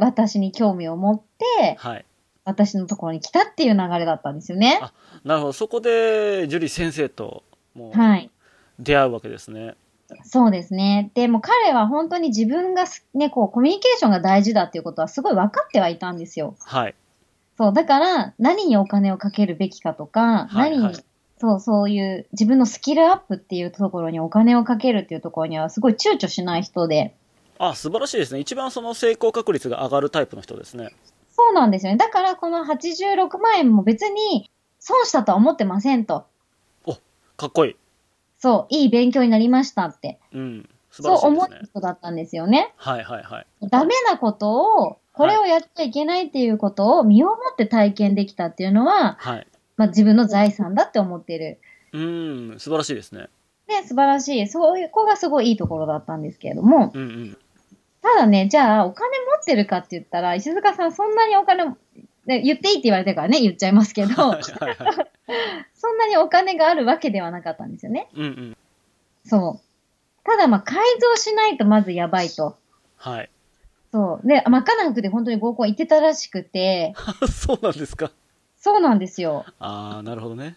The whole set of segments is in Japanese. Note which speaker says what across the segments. Speaker 1: 私に興味を持って、
Speaker 2: はい。
Speaker 1: 私のところに来たっていう流れだったんですよね。
Speaker 2: あなるほど。そこで、樹里先生と、もう、
Speaker 1: はい。
Speaker 2: 出会うわけですね。
Speaker 1: そうですね。でも彼は本当に自分がすね、こう、コミュニケーションが大事だっていうことはすごい分かってはいたんですよ。
Speaker 2: はい。
Speaker 1: そう、だから何にお金をかけるべきかとか、
Speaker 2: はい
Speaker 1: 何
Speaker 2: は
Speaker 1: に
Speaker 2: い、
Speaker 1: そう、そういう自分のスキルアップっていうところにお金をかけるっていうところにはすごい躊躇しない人で、
Speaker 2: あ、素晴らしいですね。一番その成功確率が上がるタイプの人ですね。
Speaker 1: そうなんですよね。だからこの86万円も別に損したとは思ってませんと。
Speaker 2: かっこいい。
Speaker 1: そう、いい勉強になりましたって。
Speaker 2: うん。素晴
Speaker 1: そ
Speaker 2: ら
Speaker 1: う
Speaker 2: しいで
Speaker 1: 思
Speaker 2: す
Speaker 1: う
Speaker 2: ね。
Speaker 1: 人だったんですよね。
Speaker 2: はいはいはい。
Speaker 1: ダメなことを、これをやっちゃいけないっていうことを身をもって体験できたっていうのは、
Speaker 2: はい。
Speaker 1: まあ、自分の財産だって思ってる。
Speaker 2: うん。素晴らしいですね。
Speaker 1: で、素晴らしい。そういう子がすごいいいところだったんですけれども、
Speaker 2: うんうん。
Speaker 1: ただね、じゃあお金持ってるかって言ったら、石塚さんそんなにお金、ね言っていいって言われたからね、言っちゃい ますけど、
Speaker 2: はいはいはい。
Speaker 1: そんなにお金があるわけではなかったんですよね。
Speaker 2: うんうん。
Speaker 1: そう。ただまあ改造しないとまずやばいと。
Speaker 2: はい。
Speaker 1: そう。で、真っ赤な服で本当に合コン行ってたらしくて、
Speaker 2: そうなんですか。
Speaker 1: そうなんですよ。
Speaker 2: ああ、なるほどね。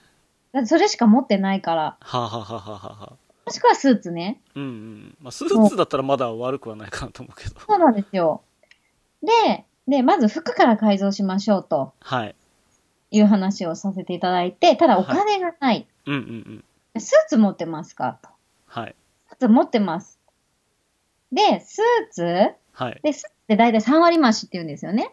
Speaker 1: だってそれしか持ってないから。
Speaker 2: はあ、はあはあはあはあ、
Speaker 1: もしくはスーツね。
Speaker 2: うんうん。まあ、スーツだったらまだ悪くはないかなと思うけど。
Speaker 1: そうなんですよ。で、で、まず服から改造しましょうと
Speaker 2: はい。
Speaker 1: いう話をさせていただいて、ただお金がない。
Speaker 2: うんうんうん。
Speaker 1: スーツ持ってますかと。
Speaker 2: はい。
Speaker 1: スーツ持ってます。で、スーツ
Speaker 2: はい。
Speaker 1: で、スーツって大体3割増しって言うんですよね。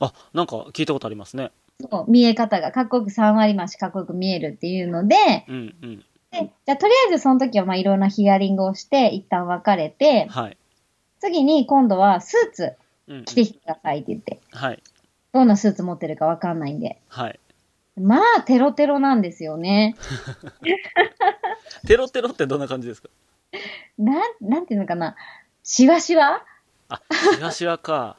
Speaker 2: あ、なんか聞いたことありますね。
Speaker 1: そう、見え方がかっこよく3割増しかっこよく見えるっていうので、
Speaker 2: うんうん。
Speaker 1: で、じゃあとりあえずその時はまあいろんなヒアリングをして、一旦別れて、
Speaker 2: はい。
Speaker 1: 次に今度はスーツ
Speaker 2: うん、うん。
Speaker 1: 着てきてくださいって言って、
Speaker 2: はい。
Speaker 1: どんなスーツ持ってるかわかんないんで。
Speaker 2: はい。
Speaker 1: まあ、テロテロなんですよね。
Speaker 2: テロテロってどんな感じですか
Speaker 1: なん、なんていうのかな。シワシワ
Speaker 2: あ、シワシワか。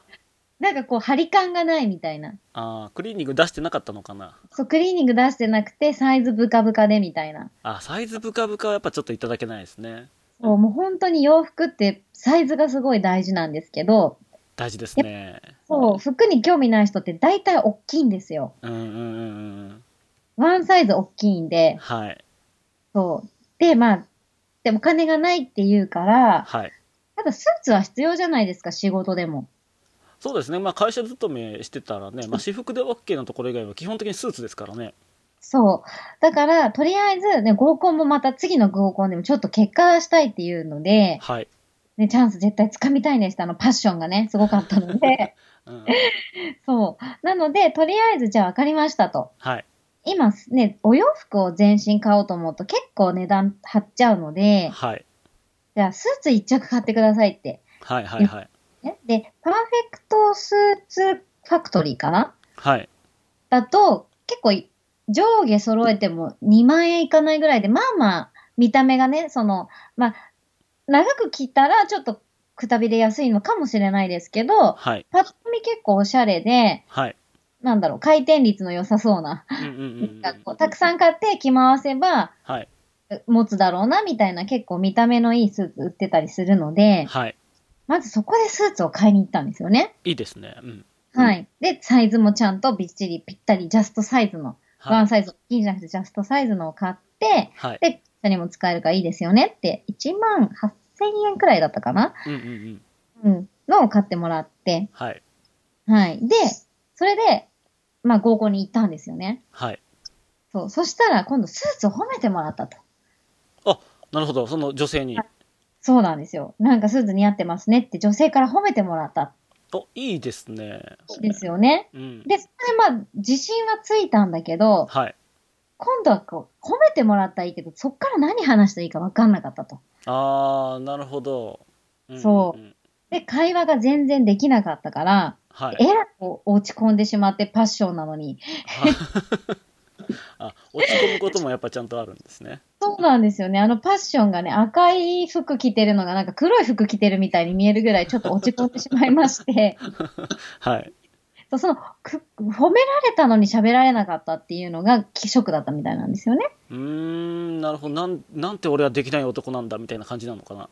Speaker 1: なんかこう、張り感がないみたいな。
Speaker 2: ああ、クリーニング出してなかったのかな。
Speaker 1: そう、クリーニング出してなくて、サイズブカブカでみたいな。
Speaker 2: あ、サイズブカブカはやっぱちょっといただけないですね。
Speaker 1: そう、もう本当に洋服ってサイズがすごい大事なんですけど、
Speaker 2: 大事ですね。
Speaker 1: そう、服に興味ない人って大体大きいんですよ。
Speaker 2: うんうんうんうん。
Speaker 1: ワンサイズ大きいんで、
Speaker 2: はい。
Speaker 1: そう。で、まあ、でもお金がないって言うから、
Speaker 2: はい。
Speaker 1: ただスーツは必要じゃないですか、仕事でも。
Speaker 2: そうですね。まあ会社勤めしてたらね、まあ私服で OK のところ以外は基本的にスーツですからね。
Speaker 1: そう。だから、とりあえず、ね、合コンもまた次の合コンでもちょっと結果したいっていうので、
Speaker 2: はい。
Speaker 1: ね、チャンス絶対掴みたいんでした。あの、パッションがね、すごかったので。
Speaker 2: うん。
Speaker 1: そう。なので、とりあえず、じゃあ分かりましたと。
Speaker 2: はい。
Speaker 1: 今ね、お洋服を全身買おうと思うと結構値段張っちゃうので、
Speaker 2: はい。
Speaker 1: じゃあスーツ一着買ってくださいって。
Speaker 2: はいはいはい。
Speaker 1: ね、で、パーフェクトスーツファクトリーかな
Speaker 2: はい。
Speaker 1: だと、結構い上下揃えても2万円いかないぐらいで、まあまあ、見た目がね、その、まあ、長く着たらちょっとくたびれやすいのかもしれないですけど、
Speaker 2: はい。
Speaker 1: パッと見結構おしゃれで、
Speaker 2: はい。
Speaker 1: なんだろう、回転率の良さそうな、
Speaker 2: うんうんうんうん。
Speaker 1: なんかこうたくさん買って着回せば、
Speaker 2: はい。
Speaker 1: 持つだろうな、みたいな結構見た目のいいスーツ売ってたりするので、
Speaker 2: はい。
Speaker 1: まずそこでスーツを買いに行ったんですよね。
Speaker 2: いいですね。うん。
Speaker 1: はい。で、サイズもちゃんとびっちりぴったり、ジャストサイズの、ワ
Speaker 2: は
Speaker 1: ン
Speaker 2: い。
Speaker 1: サイズ、いいんじゃなくてジャストサイズのを買って、
Speaker 2: はい。
Speaker 1: で、人にも使えるからいいですよねって、1万8000円くらいだったかな
Speaker 2: うんうんうん。
Speaker 1: うん。のを買ってもらって、
Speaker 2: はい。
Speaker 1: はい。で、それで、まあ合コンに行ったんですよね。
Speaker 2: はい。
Speaker 1: そう。そしたら今度スーツを褒めてもらったと。
Speaker 2: なるほど。その女性に。
Speaker 1: そうなんですよ。なんかスーツ似合ってますねって女性から褒めてもらった
Speaker 2: お、いいですね。
Speaker 1: んですよね。
Speaker 2: うん。
Speaker 1: で、それまあ自信はついたんだけど、
Speaker 2: はい。
Speaker 1: 今度はこう、褒めてもらったらいいけど、そっから何話していいか分かんなかったと。
Speaker 2: ああ、なるほど。うん
Speaker 1: そ
Speaker 2: うんうん。
Speaker 1: で、会話が全然できなかったから、
Speaker 2: はい。
Speaker 1: えらく落ち込んでしまってパッションなのに。
Speaker 2: あ、落ち込むこともやっぱちゃんとあるんですね。
Speaker 1: そうなんですよね。あのパッションがね、赤い服着てるのがなんか黒い服着てるみたいに見えるぐらいちょっと落ち込んでしまいま して、
Speaker 2: はい。
Speaker 1: そうそのく褒められたのに喋られなかったっていうのがショックだったみたいなんですよね。
Speaker 2: うーん、なるほど。なん、なんて俺はできない男なんだみたいな感じなのかな。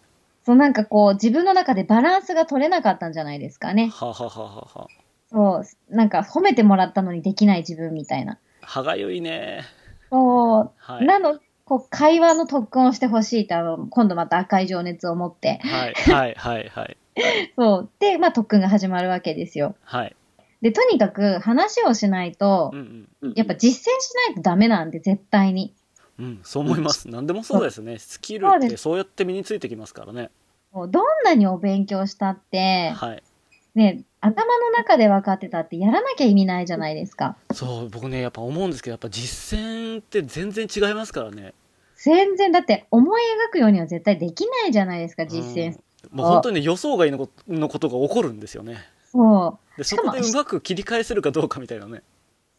Speaker 1: そうなんかこう自分の中でバランスが取れなかったんじゃないですかね。
Speaker 2: ははははは。
Speaker 1: そう、なんか褒めてもらったのにできない自分みたいな。
Speaker 2: 歯がゆいね。
Speaker 1: そう、
Speaker 2: はい。
Speaker 1: なの、こう会話の特訓をしてほしいと、あの今度また赤い情熱を持って、
Speaker 2: はいはいはいはい。
Speaker 1: そう、で、まあ特訓が始まるわけですよ。
Speaker 2: はい。
Speaker 1: で、とにかく話をしないと
Speaker 2: う、んうん。
Speaker 1: やっぱ実践しないとダメなんで、絶対に。
Speaker 2: うん、そう思います。何でもそうですね。スキル
Speaker 1: そう
Speaker 2: っ
Speaker 1: で
Speaker 2: て
Speaker 1: す
Speaker 2: そうやって身についてきますからね。
Speaker 1: もうどんなにお勉強したって、
Speaker 2: はい。
Speaker 1: ね、頭の中で分かってたってやらなきゃ意味ないじゃないですか。
Speaker 2: そう、僕ね、やっぱ思うんですけど、やっぱ実践って全然違いますからね。
Speaker 1: 全然、だって思い描くようには絶対できないじゃないですか、実
Speaker 2: うん
Speaker 1: 践。
Speaker 2: もう本当にね予想外のことのことが起こるんですよね。
Speaker 1: そう。
Speaker 2: で、そ
Speaker 1: しか
Speaker 2: こ
Speaker 1: も
Speaker 2: でうまく切り返せるかどうかみたいなね、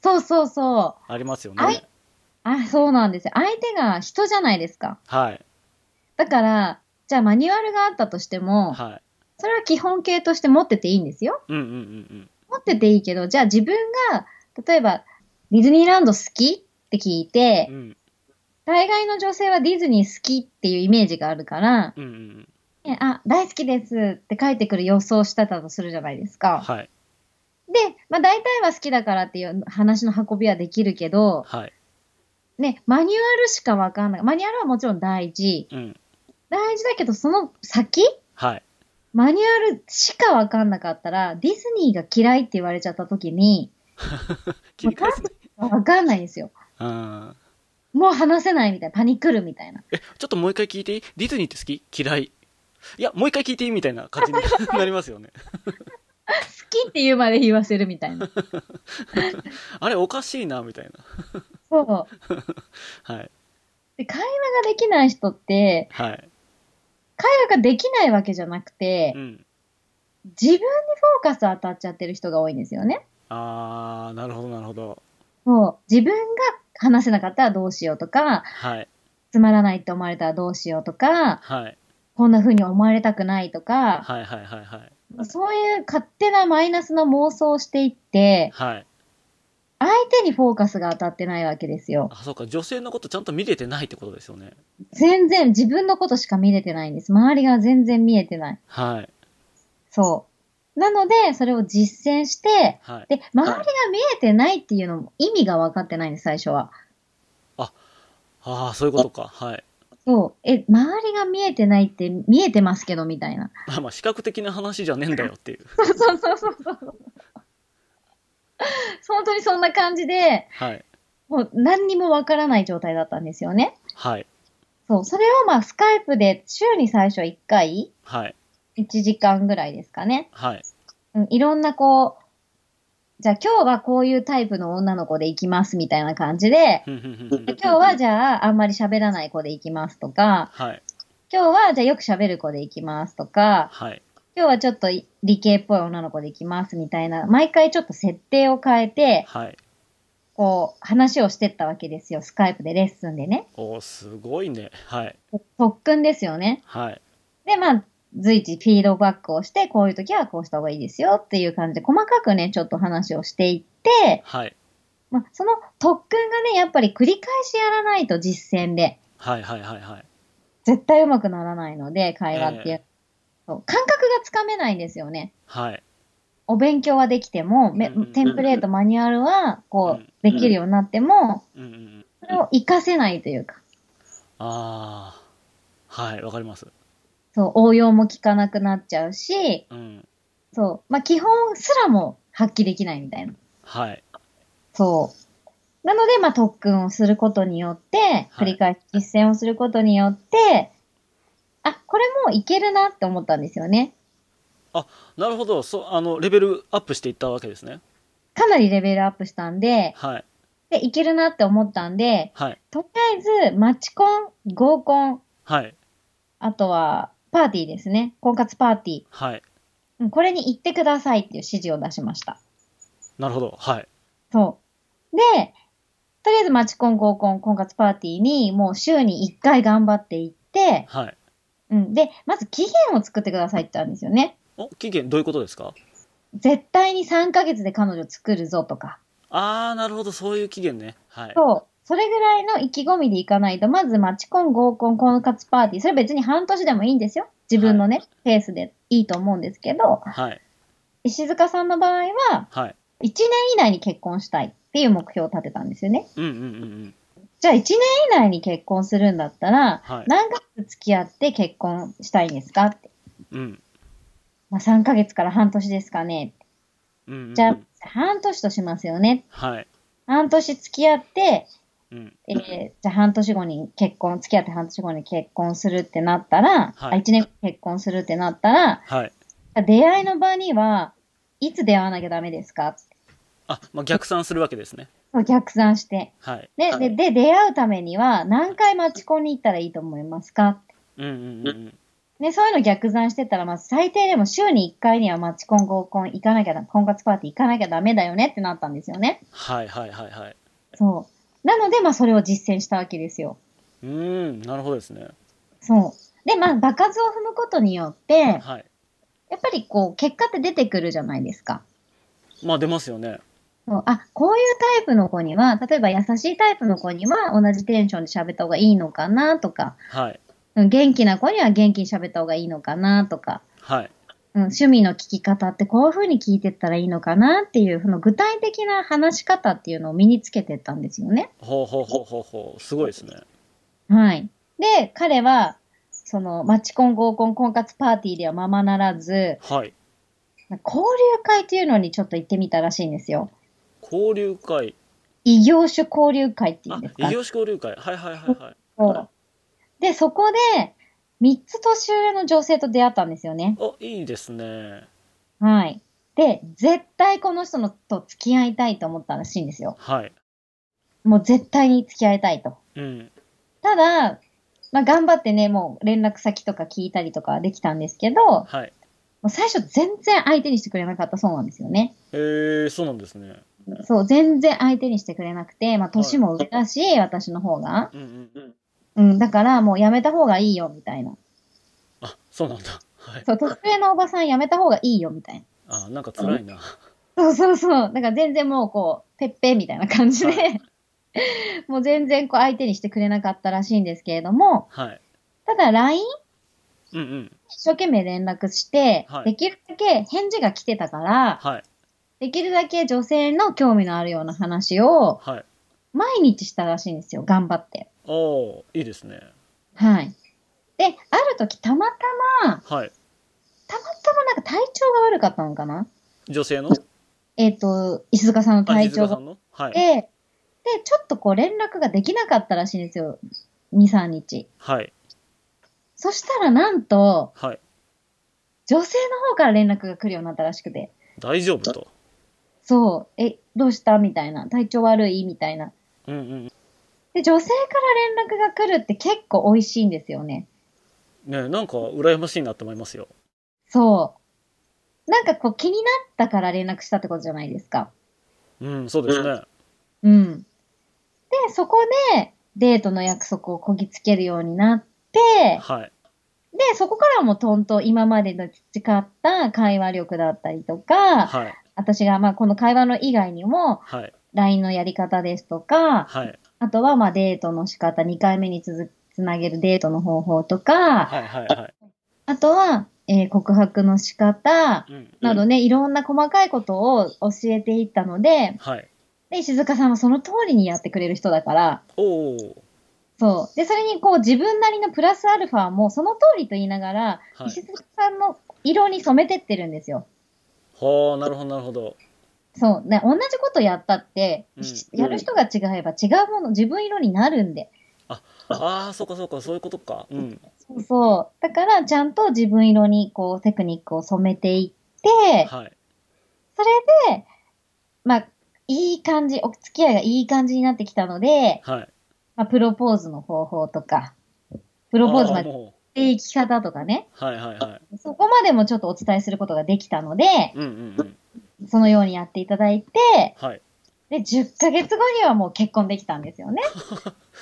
Speaker 1: そうそうそう。
Speaker 2: ありますよ
Speaker 1: は
Speaker 2: ね
Speaker 1: い。あ、そうなんですよ。相手が人じゃないですか。
Speaker 2: はい。
Speaker 1: だから、じゃあマニュアルがあったとしても、
Speaker 2: はい。
Speaker 1: それは基本形として持ってていいんですよ。
Speaker 2: うんうんうん
Speaker 1: 持ってていいけど、じゃあ自分が、例えば、ディズニーランド好きって聞いて
Speaker 2: うん。う、ん
Speaker 1: 大概の女性はディズニー好きっていうイメージがあるから、
Speaker 2: うんうん。
Speaker 1: ねあ、大好きですって書いてくる予想してたとするじゃないですか。
Speaker 2: はい。
Speaker 1: で、まあ大体は好きだからっていう話の運びはできるけど、
Speaker 2: はい。
Speaker 1: ね、マニュアルしかわかんない。マニュアルはもちろん大事。
Speaker 2: うん。
Speaker 1: 大事だけど、その先
Speaker 2: はい。
Speaker 1: マニュアルしかわかんなかったら、ディズニーが嫌いって言われちゃった時に、
Speaker 2: 切り返すね。
Speaker 1: わかんないんですよ。
Speaker 2: うん。
Speaker 1: もう話せないみたいな、パニクるみたいな。
Speaker 2: え、ちょっともう一回聞いていいディズニーって好き嫌い。いや、もう一回聞いていいみたいな感じに なりますよね。
Speaker 1: 好きって言うまで言わせるみたい な。
Speaker 2: あれ、おかしいな、みたいな。
Speaker 1: そう。
Speaker 2: はい。
Speaker 1: で、会話ができない人って、
Speaker 2: はい。
Speaker 1: 会話ができないわけじゃなくて
Speaker 2: う、ん。
Speaker 1: 自分にフォーカス当たっちゃってる人が多いんですよね。
Speaker 2: あー、なるほど、なるほど。
Speaker 1: そう。自分が話せなかったらどうしようとか、
Speaker 2: はい。
Speaker 1: つまらないって思われたらどうしようとか、
Speaker 2: はい。
Speaker 1: こんな風に思われたくないとか、
Speaker 2: はい、はい、はい、はい。
Speaker 1: そういう勝手なマイナスの妄想をしていって、
Speaker 2: はい。
Speaker 1: 相手にフォーカスが当たってないわけですよ。
Speaker 2: あ、そうか。女性のことちゃんと見れてないってことですよね。
Speaker 1: 全然自分のことしか見れてないんです。周りが全然見えてない。
Speaker 2: はい。
Speaker 1: そう。なので、それを実践して、
Speaker 2: はい。
Speaker 1: で、周りが見えてないっていうのも意味が分かってないんです、最初は。
Speaker 2: あー、そういうことか。はい。
Speaker 1: そう。え、周りが見えてないって見えてますけど、みたいな。
Speaker 2: まあ、まあ、視覚的な話じゃねえんだよっていう。
Speaker 1: そうそうそうそうそう。本当にそんな感じで、
Speaker 2: はい。
Speaker 1: もう何にも分からない状態だったんですよね。
Speaker 2: はい。
Speaker 1: そう、それをまあスカイプで週に最初1回、
Speaker 2: はい。
Speaker 1: 1時間ぐらいですかね。
Speaker 2: はい。
Speaker 1: うん、いろんなこう、じゃあ今日はこういうタイプの女の子で行きますみたいな感じで、
Speaker 2: ふんふんふんふん
Speaker 1: で今日はじゃああんまり喋らない子で行きますとか、
Speaker 2: はい。
Speaker 1: 今日はじゃあよく喋る子で行きますとか、
Speaker 2: はい。
Speaker 1: 今日はちょっと理系っぽい女の子で行きますみたいな、毎回ちょっと設定を変えて、
Speaker 2: はい。
Speaker 1: こう話をしてったわけですよ。スカイプでレッスンでね。
Speaker 2: おー、すごいね。はい。
Speaker 1: 特訓ですよね。
Speaker 2: はい。
Speaker 1: で、まあ、随時フィードバックをして、こういう時はこうした方がいいですよっていう感じで、細かくね、ちょっと話をしていって、
Speaker 2: はい。
Speaker 1: まあ、その特訓がね、やっぱり繰り返しやらないと実践で、
Speaker 2: はいはいはいはい。
Speaker 1: 絶対うまくならないので、会話っていう。そう感覚がつかめないんですよね。
Speaker 2: はい。
Speaker 1: お勉強はできても、め
Speaker 2: うんうんうん
Speaker 1: テンプレート、マニュアルは、こ
Speaker 2: うん
Speaker 1: う、できるようになっても、
Speaker 2: うんうんうん。
Speaker 1: それを活かせないというか、
Speaker 2: ああ。はい、わかります。
Speaker 1: そう、応用も効かなくなっちゃうし、
Speaker 2: うん。
Speaker 1: そう、まあ、基本すらも発揮できないみたいな。
Speaker 2: はい。
Speaker 1: そう。なので、まあ、特訓をすることによって、
Speaker 2: はい
Speaker 1: 繰り返し実践をすることによって、あ、これもういけるなって思ったんですよね。
Speaker 2: なるほど。そう、あの、レベルアップしていったわけですね。
Speaker 1: かなりレベルアップしたんで、
Speaker 2: はい。
Speaker 1: で、いけるなって思ったんで、
Speaker 2: はい。
Speaker 1: とりあえず、マチコン、合コン、
Speaker 2: はい。
Speaker 1: あとは、パーティーですね。婚活パーティー
Speaker 2: はい。
Speaker 1: うん。これに行ってくださいっていう指示を出しました。
Speaker 2: なるほど。はい。
Speaker 1: そう。で、とりあえずマチコン、合コン、婚活パーティーに、もう週に1回頑張って行って、
Speaker 2: はい。
Speaker 1: うん。で、まず期限を作ってくださいって言ったんですよね。
Speaker 2: お、期限、どういうことですか
Speaker 1: 絶対に3ヶ月で彼女作るぞとか。
Speaker 2: ああ、なるほど。そういう期限ね。はい。
Speaker 1: そう。それぐらいの意気込みでいかないと、まずマチコン、合コン、婚活パーティー、それ別に半年でもいいんですよ。自分のね、ペースでいいと思うんですけど、
Speaker 2: はい。
Speaker 1: 石塚さんの場合は、
Speaker 2: はい。
Speaker 1: 1年以内に結婚したいっていう目標を立てたんですよね。
Speaker 2: うんうんうんうん。
Speaker 1: じゃあ1年以内に結婚するんだったら、
Speaker 2: はい。
Speaker 1: 何ヶ月付き合って結婚したいんですかって。
Speaker 2: うん。
Speaker 1: まあ、3ヶ月から半年ですかね。
Speaker 2: うんうんうん。
Speaker 1: じゃあ、半年としますよね。
Speaker 2: はい。
Speaker 1: 半年付き合って、
Speaker 2: うん。
Speaker 1: えーじゃあ半年後に結婚、付き合って半年後に結婚するってなったら、
Speaker 2: は
Speaker 1: あ
Speaker 2: い
Speaker 1: 1年後に結婚するってなったら、
Speaker 2: はい。
Speaker 1: 出会いの場には、いつ出会わなきゃダメですか
Speaker 2: あ、まあ、逆算するわけですね。
Speaker 1: そう逆算して。
Speaker 2: はい。
Speaker 1: で、で、で、出会うためには、何回マチコンに行ったらいいと思いますか
Speaker 2: うんうんうんうん。
Speaker 1: ね、そういうの逆算してたら、まず最低でも週に1回にはマチコン合コン行かなきゃだ、婚活パーティー行かなきゃダメだよねってなったんですよね。
Speaker 2: はいはいはいはい。
Speaker 1: そう。なので、まあそれを実践したわけですよ。
Speaker 2: うーん、なるほどですね。
Speaker 1: そう。で、まあ場数を踏むことによって、や
Speaker 2: はい。
Speaker 1: っぱりこう、結果って出てくるじゃないですか。
Speaker 2: まあ出ますよね。
Speaker 1: そうあ、こういうタイプの子には、例えば優しいタイプの子には同じテンションで喋った方がいいのかなとか、
Speaker 2: はい。
Speaker 1: うん元気な子には元気に喋った方がいいのかなとか、
Speaker 2: はい。
Speaker 1: うん、趣味の聞き方ってこういう風に聞いてったらいいのかなっていう、その具体的な話し方っていうのを身につけてったんですよね。
Speaker 2: ほうほうほうほうほう。すごいですね。
Speaker 1: はい。で、彼は、その、マチコン合コン婚活パーティーではままならず、
Speaker 2: はい。
Speaker 1: 交流会っていうのにちょっと行ってみたらしいんですよ。
Speaker 2: 交流会。
Speaker 1: 異業種交流会っていうん
Speaker 2: あ
Speaker 1: です、か
Speaker 2: 異業種交流会。はいはいはいはい。
Speaker 1: そうで、そこで、3つ年上の女性と出会ったんですよね。
Speaker 2: お、いいですね。
Speaker 1: はい。で、絶対この人のと付き合いたいと思ったらしいんですよ。
Speaker 2: はい。
Speaker 1: もう絶対に付き合いたいと。
Speaker 2: うん。
Speaker 1: ただ、まあ、頑張ってね、もう連絡先とか聞いたりとかはできたんですけど、も
Speaker 2: はい。
Speaker 1: う最初全然相手にしてくれなかったそうなんですよね。
Speaker 2: えー、そうなんですね。
Speaker 1: そう、全然相手にしてくれなくて、まあ、年も上だし、私の方が。
Speaker 2: うんうんうん。
Speaker 1: うん、だからもうやめた方がいいよ、みたいな。
Speaker 2: あ、そうなんだ。はい。
Speaker 1: そう、年上のおばさんやめた方がいいよ、みたいな。
Speaker 2: あ、なんか辛いな。
Speaker 1: そうそうそう。だから全然もうこう、ぺっぺみたいな感じで、
Speaker 2: は
Speaker 1: もう全然こう相手にしてくれなかったらしいんですけれども、
Speaker 2: はい。
Speaker 1: ただ LINE
Speaker 2: うんうん。
Speaker 1: 一生懸命連絡して、
Speaker 2: はい
Speaker 1: できるだけ返事が来てたから、
Speaker 2: はい。
Speaker 1: できるだけ女性の興味のあるような話を
Speaker 2: はい。
Speaker 1: 毎日したらしいんですよ、頑張って。
Speaker 2: おー、いいですね。
Speaker 1: はい。で、ある時たまたま、
Speaker 2: はい。
Speaker 1: たまたまなんか体調が悪かったのかな
Speaker 2: 女性の
Speaker 1: えっ、と、石塚さんの
Speaker 2: あ、
Speaker 1: 体
Speaker 2: 石
Speaker 1: 調
Speaker 2: 塚
Speaker 1: が
Speaker 2: さんのはい。
Speaker 1: で、で、ちょっとこう連絡ができなかったらしいんですよ、2、3日。
Speaker 2: はい。
Speaker 1: そしたらなんと、
Speaker 2: はい。
Speaker 1: 女性の方から連絡が来るようになったらしくて、
Speaker 2: 大丈夫と。
Speaker 1: そう、え、どうしたみたいな、体調悪いみたいな。
Speaker 2: うんうん。
Speaker 1: で、女性から連絡が来るって結構美味しいんですよね。
Speaker 2: ねえなんか羨ましいなって思いますよ。
Speaker 1: そう。なんかこう気になったから連絡したってことじゃないですか。
Speaker 2: うん、そうですね。
Speaker 1: うん。で、そこでデートの約束をこぎつけるようになって、
Speaker 2: はい。
Speaker 1: で、そこからはもうトントン今までの培った会話力だったりとか、
Speaker 2: はい。
Speaker 1: 私がまあこの会話の以外にも
Speaker 2: はい。
Speaker 1: LINE のやり方ですとか、
Speaker 2: はい。
Speaker 1: あとはまあデートの仕方、2回目に続つなげるデートの方法とか、
Speaker 2: はい。はい。はい。
Speaker 1: あとは、えー告白の仕方、
Speaker 2: うん。
Speaker 1: などね、いろんな細かいことを教えていったので、
Speaker 2: はい。
Speaker 1: で、静香さんはその通りにやってくれる人だから、
Speaker 2: おお。
Speaker 1: そう。で、それにこう自分なりのプラスアルファもその通りと言いながら、
Speaker 2: はい。
Speaker 1: 静香さんの色に染めてってるんですよ。
Speaker 2: ほう、なるほど、なるほど。
Speaker 1: そう。ね、同じことやったって、
Speaker 2: うん
Speaker 1: やる人が違えば違うもの、自分色になるんで。
Speaker 2: ああ、そうか、そうか、そういうことか。うん。
Speaker 1: そうそう。だから、ちゃんと自分色にこうテクニックを染めていって、
Speaker 2: はい。
Speaker 1: それで、まあ、いい感じ、お付き合いがいい感じになってきたので、
Speaker 2: はい。
Speaker 1: まあ、プロポーズの方法とか、プロポーズま
Speaker 2: あー
Speaker 1: で
Speaker 2: も
Speaker 1: していき方とかね、
Speaker 2: う。はい。はい。はい。
Speaker 1: そこまでもちょっとお伝えすることができたので、
Speaker 2: うん。うん。うん。
Speaker 1: そのようにやっていただいて、
Speaker 2: はい。
Speaker 1: で、10ヶ月後にはもう結婚できたんですよね。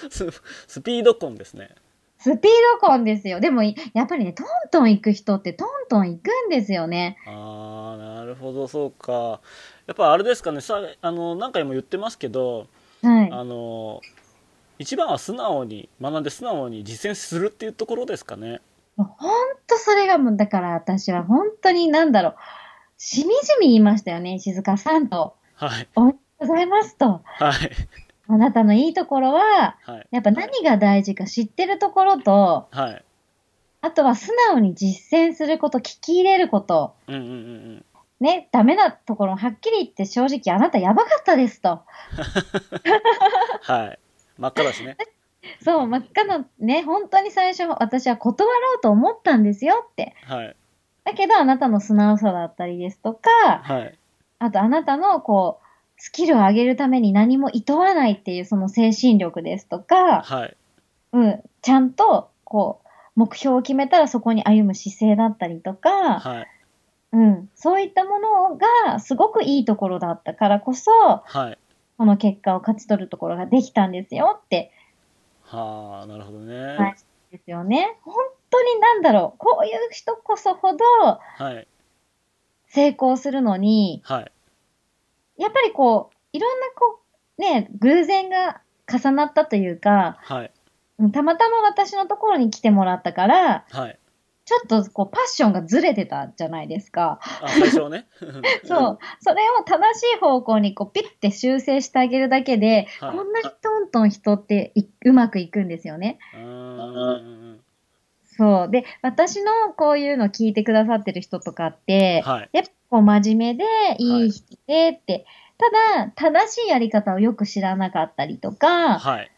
Speaker 2: ス、スピード婚ですね。
Speaker 1: スピード婚ですよ。でも、いやっぱりね、トントン行く人ってトントン行くんですよね。
Speaker 2: ああ、なるほど、そうか。やっぱあれですかね、さ、あの、何回も言ってますけど、
Speaker 1: はい。
Speaker 2: あの。一番は素直に学んで素直に実践するっていうところですかね。
Speaker 1: ほんとそれがもう、だから私は本当になんだろう、しみじみ言いましたよね、静香さんと。
Speaker 2: はい。
Speaker 1: ございますと。
Speaker 2: はい。
Speaker 1: あなたのいいところは、
Speaker 2: はい。
Speaker 1: やっぱ何が大事か知ってるところと、
Speaker 2: はい。
Speaker 1: あとは素直に実践すること、聞き入れること、
Speaker 2: うんうんうん
Speaker 1: ね、ダメなところをはっきり言って正直あなたやばかったですと。
Speaker 2: うん。はい。真っ赤だしね。
Speaker 1: そう、真っ赤な、ね、本当に最初私は断ろうと思ったんですよって。
Speaker 2: はい。
Speaker 1: だけどあなたの素直さだったりですとか、
Speaker 2: はい。
Speaker 1: あとあなたのこう、スキルを上げるために何も厭わないっていうその精神力ですとか、
Speaker 2: はい。
Speaker 1: うん、ちゃんと、こう、目標を決めたらそこに歩む姿勢だったりとか、
Speaker 2: はい。
Speaker 1: うん、そういったものがすごくいいところだったからこそ、
Speaker 2: はい。
Speaker 1: この結果を勝ち取るところができたんですよって、
Speaker 2: はあ、なるほどね。
Speaker 1: はいですよね。本当になんだろう、こういう人こそほど
Speaker 2: はい。
Speaker 1: 成功するのに、
Speaker 2: はい。
Speaker 1: やっぱりこう、いろんなこう、ね、偶然が重なったというか、
Speaker 2: はい。
Speaker 1: うんたまたま私のところに来てもらったから、
Speaker 2: はい。
Speaker 1: ちょっとこうパッションがずれてたじゃないですか。
Speaker 2: あ、最初はね。
Speaker 1: そう。それを正しい方向にこうピッて修正してあげるだけで、
Speaker 2: はい
Speaker 1: こんなにトントン人っていうまくいくんですよね。
Speaker 2: うん。うん
Speaker 1: そう。で、私のこういうの聞いてくださってる人とかって、
Speaker 2: はい。
Speaker 1: やっぱこう真面目でいい人でって、ただ正しいやり方をよく知らなかったりとか、
Speaker 2: はい。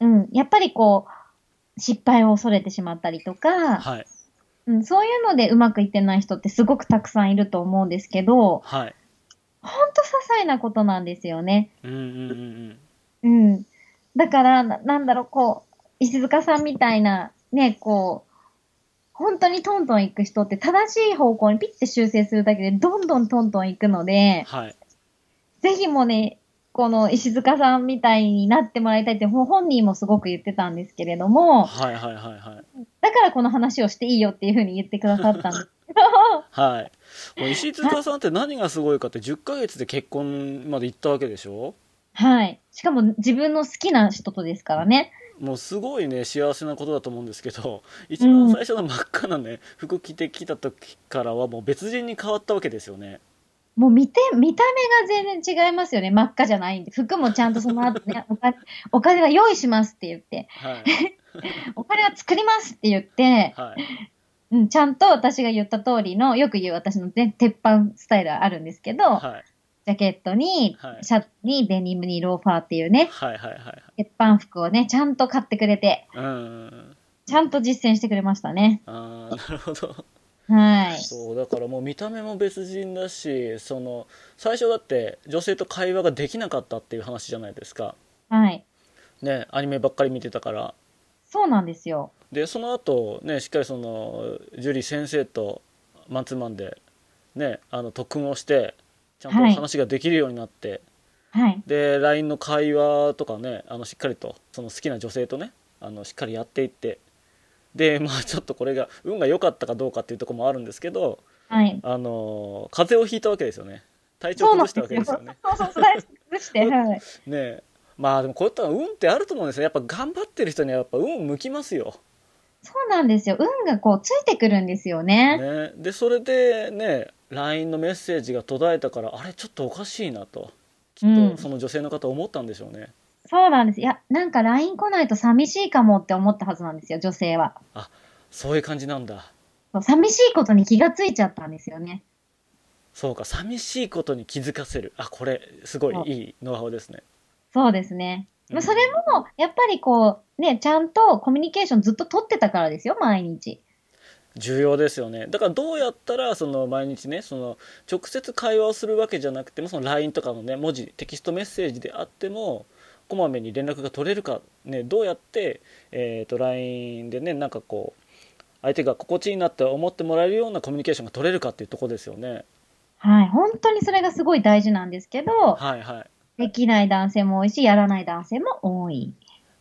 Speaker 1: うん、やっぱりこう、失敗を恐れてしまったりとか、
Speaker 2: はい。
Speaker 1: うん、そういうのでうまくいってない人ってすごくたくさんいると思うんですけど、
Speaker 2: はい。
Speaker 1: ほんと些細なことなんですよね。
Speaker 2: うんうんうんうん。
Speaker 1: うん。だから、ななんだろう、こう、石塚さんみたいな、ね、こう、本当にトントン行く人って正しい方向にピッて修正するだけでどんどんトントン行くので、
Speaker 2: はい。
Speaker 1: ぜひもうね、この石塚さんみたいになってもらいたいって、ほ本人もすごく言ってたんですけれども、
Speaker 2: はいはいはいはい。
Speaker 1: だからこの話をしていいよっていうふうに言ってくださったんです。
Speaker 2: はい。もう石塚さんって何がすごいかって10ヶ月で結婚まで行ったわけでしょ
Speaker 1: はい。しかも自分の好きな人とですからね。
Speaker 2: もうすごいね幸せなことだと思うんですけど一番最初の真っ赤なね服着てきた時からはもう別人に変わったわけですよね
Speaker 1: もう見て、見た目が全然違いますよね。真っ赤じゃないんで。服もちゃんとその後ね、 お金、お金は用意しますって言って、
Speaker 2: はい
Speaker 1: お金は作りますって言って、
Speaker 2: はい
Speaker 1: うん、ちゃんと私が言った通りの、よく言う私のね、鉄板スタイルはあるんですけど、
Speaker 2: はい
Speaker 1: ジャケットに、
Speaker 2: はい
Speaker 1: シャツに、デニムに、ローファーっていうね、
Speaker 2: はいはいはい
Speaker 1: 鉄板服をね、ちゃんと買ってくれて、
Speaker 2: うんうんうん
Speaker 1: ちゃんと実践してくれましたね。
Speaker 2: ああなるほど
Speaker 1: はい。
Speaker 2: そうだからもう見た目も別人だしその最初だって女性と会話ができなかったっていう話じゃないですか
Speaker 1: はい。
Speaker 2: ねアニメばっかり見てたから
Speaker 1: そうなんですよ。
Speaker 2: でその後ねしっかりそのジュリー先生とマンツーマンでねあの特訓をしてちゃんと
Speaker 1: はい
Speaker 2: 話ができるようになって、
Speaker 1: はい。
Speaker 2: で LINE の会話とかねあのしっかりとその好きな女性とねあのしっかりやっていってで まあちょっとこれが運が良かったかどうかっていうところもあるんですけど
Speaker 1: はい。
Speaker 2: あの風邪をひいたわけですよね体調を崩したわけですよね。
Speaker 1: そうそう、大好き して、はい。
Speaker 2: ねえまあでもこういった運ってあると思うんですよやっぱ頑張ってる人にはやっぱ運向きますよ。
Speaker 1: そうなんですよ。運がこうついてくるんですよね。
Speaker 2: ね、でそれでね LINE のメッセージが途絶えたからあれちょっとおかしいなとき
Speaker 1: う
Speaker 2: っ
Speaker 1: ん
Speaker 2: とその女性の方思ったんでしょうね、
Speaker 1: そうなんです。いや、なんか LINE 来ないと寂しいかもって思ったはずなんですよ、女性は。
Speaker 2: そういう感じなんだ
Speaker 1: そう寂しいことに気がついちゃったんですよね。
Speaker 2: そうか寂しいことに気づかせるあこれすごい
Speaker 1: そう
Speaker 2: いいノウハウですね
Speaker 1: そうですね。まあ、
Speaker 2: うん
Speaker 1: それも、やっぱりこう、ね、ちゃんとコミュニケーションずっと取ってたからですよ、毎日。
Speaker 2: 重要ですよねだからどうやったらその毎日ねその直接会話をするわけじゃなくてもその LINE とかのね文字テキストメッセージであってもこまめに連絡が取れるか、ね、どうやって、えー、と LINE でねなんかこう相手が心地いいなって思ってもらえるようなコミュニケーションが取れるかっていうところですよね。
Speaker 1: はい。本当にそれがすごい大事なんですけど、
Speaker 2: はいはい、
Speaker 1: できない男性も多いし、やらない男性も多い。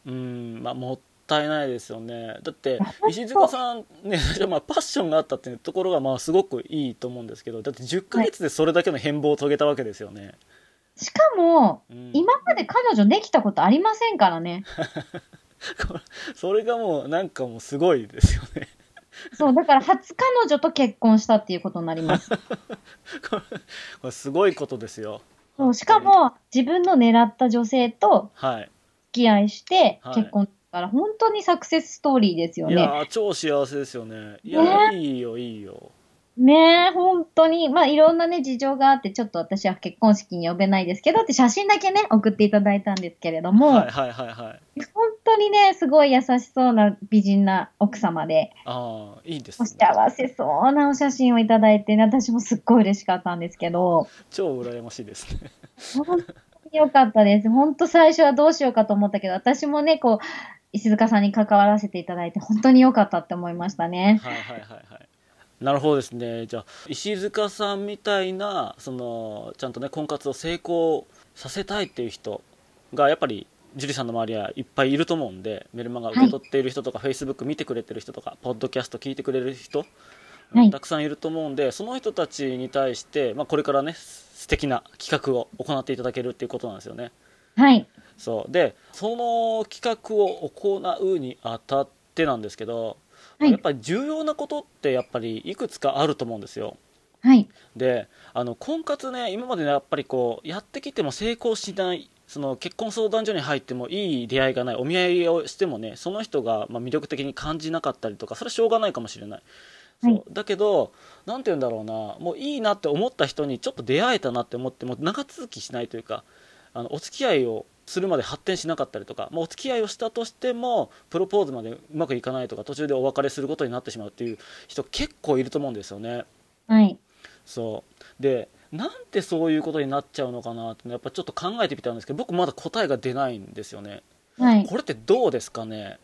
Speaker 2: うんまあもったいないですよねだって
Speaker 1: 本当
Speaker 2: 石塚さんねまあパッションがあったっていうところがまあすごくいいと思うんですけどだって10ヶ月でそれだけの変貌を遂げたわけですよね。
Speaker 1: しかも、
Speaker 2: うん
Speaker 1: 今まで彼女できたことありませんからね。
Speaker 2: これそれがもうなんかもうすごいですよね
Speaker 1: そう、だから初彼女と結婚したっていうことになり ます。
Speaker 2: これこれすごいことですよ
Speaker 1: そうしかも、自分の狙った女性と
Speaker 2: はい
Speaker 1: 付き合いして
Speaker 2: はい
Speaker 1: 結婚だから、本当にサクセスストーリーですよ
Speaker 2: い
Speaker 1: ね。
Speaker 2: やー超幸せですよねいやーいいよいいよ
Speaker 1: ねえ、本当に。まあ、いろんなね、事情があって、ちょっと私は結婚式に呼べないですけどって写真だけね、送っていただいたんですけれども、
Speaker 2: はいはいはいはい
Speaker 1: 本当にね、すごい優しそうな美人な奥様で、
Speaker 2: ああいいです
Speaker 1: お
Speaker 2: ね
Speaker 1: 幸せそうなお写真をいただいて、ね、私もすっごい嬉しかったんですけど、
Speaker 2: 超羨ましいですね
Speaker 1: 本当に良かったです。本当最初はどうしようかと思ったけど、私もね、こう、石塚さんに関わらせていただいて、本当に良かったって思いましたね。
Speaker 2: はいはいはいはいなるほどですねじゃあ石塚さんみたいなそのちゃんとね婚活を成功させたいっていう人がやっぱり樹里さんの周りはいっぱいいると思うんでメルマガ受け取っている人とか、Facebook 見てくれてる人とかポッドキャスト聞いてくれる人、うん
Speaker 1: はい
Speaker 2: たくさんいると思うんでその人たちに対して、まあ、これからね素敵な企画を行っていただけるっていうことなんですよね。
Speaker 1: はい。
Speaker 2: そうでその企画を行うにあたってなんですけど、
Speaker 1: はい
Speaker 2: やっぱり重要なことってやっぱりいくつかあると思うんですよ。
Speaker 1: はい。
Speaker 2: であの婚活ね今までねやっぱりこうやってきても成功しないその結婚相談所に入ってもいい出会いがないお見合いをしてもねその人がまあ魅力的に感じなかったりとかそれはしょうがないかもしれない。そう
Speaker 1: はい
Speaker 2: だけど何て言うんだろうなもういいなって思った人にちょっと出会えたなって思っても長続きしないというかあのお付き合いをするまで発展しなかったりとか、まあ、お付き合いをしたとしてもプロポーズまでうまくいかないとか途中でお別れすることになってしまうっていう人結構いると思うんですよね。
Speaker 1: はい。
Speaker 2: そうでなんでそういうことになっちゃうのかなってねやっぱちょっと考えてみたんですけど僕まだ答えが出ないんですよね
Speaker 1: はい。
Speaker 2: これってどうですかね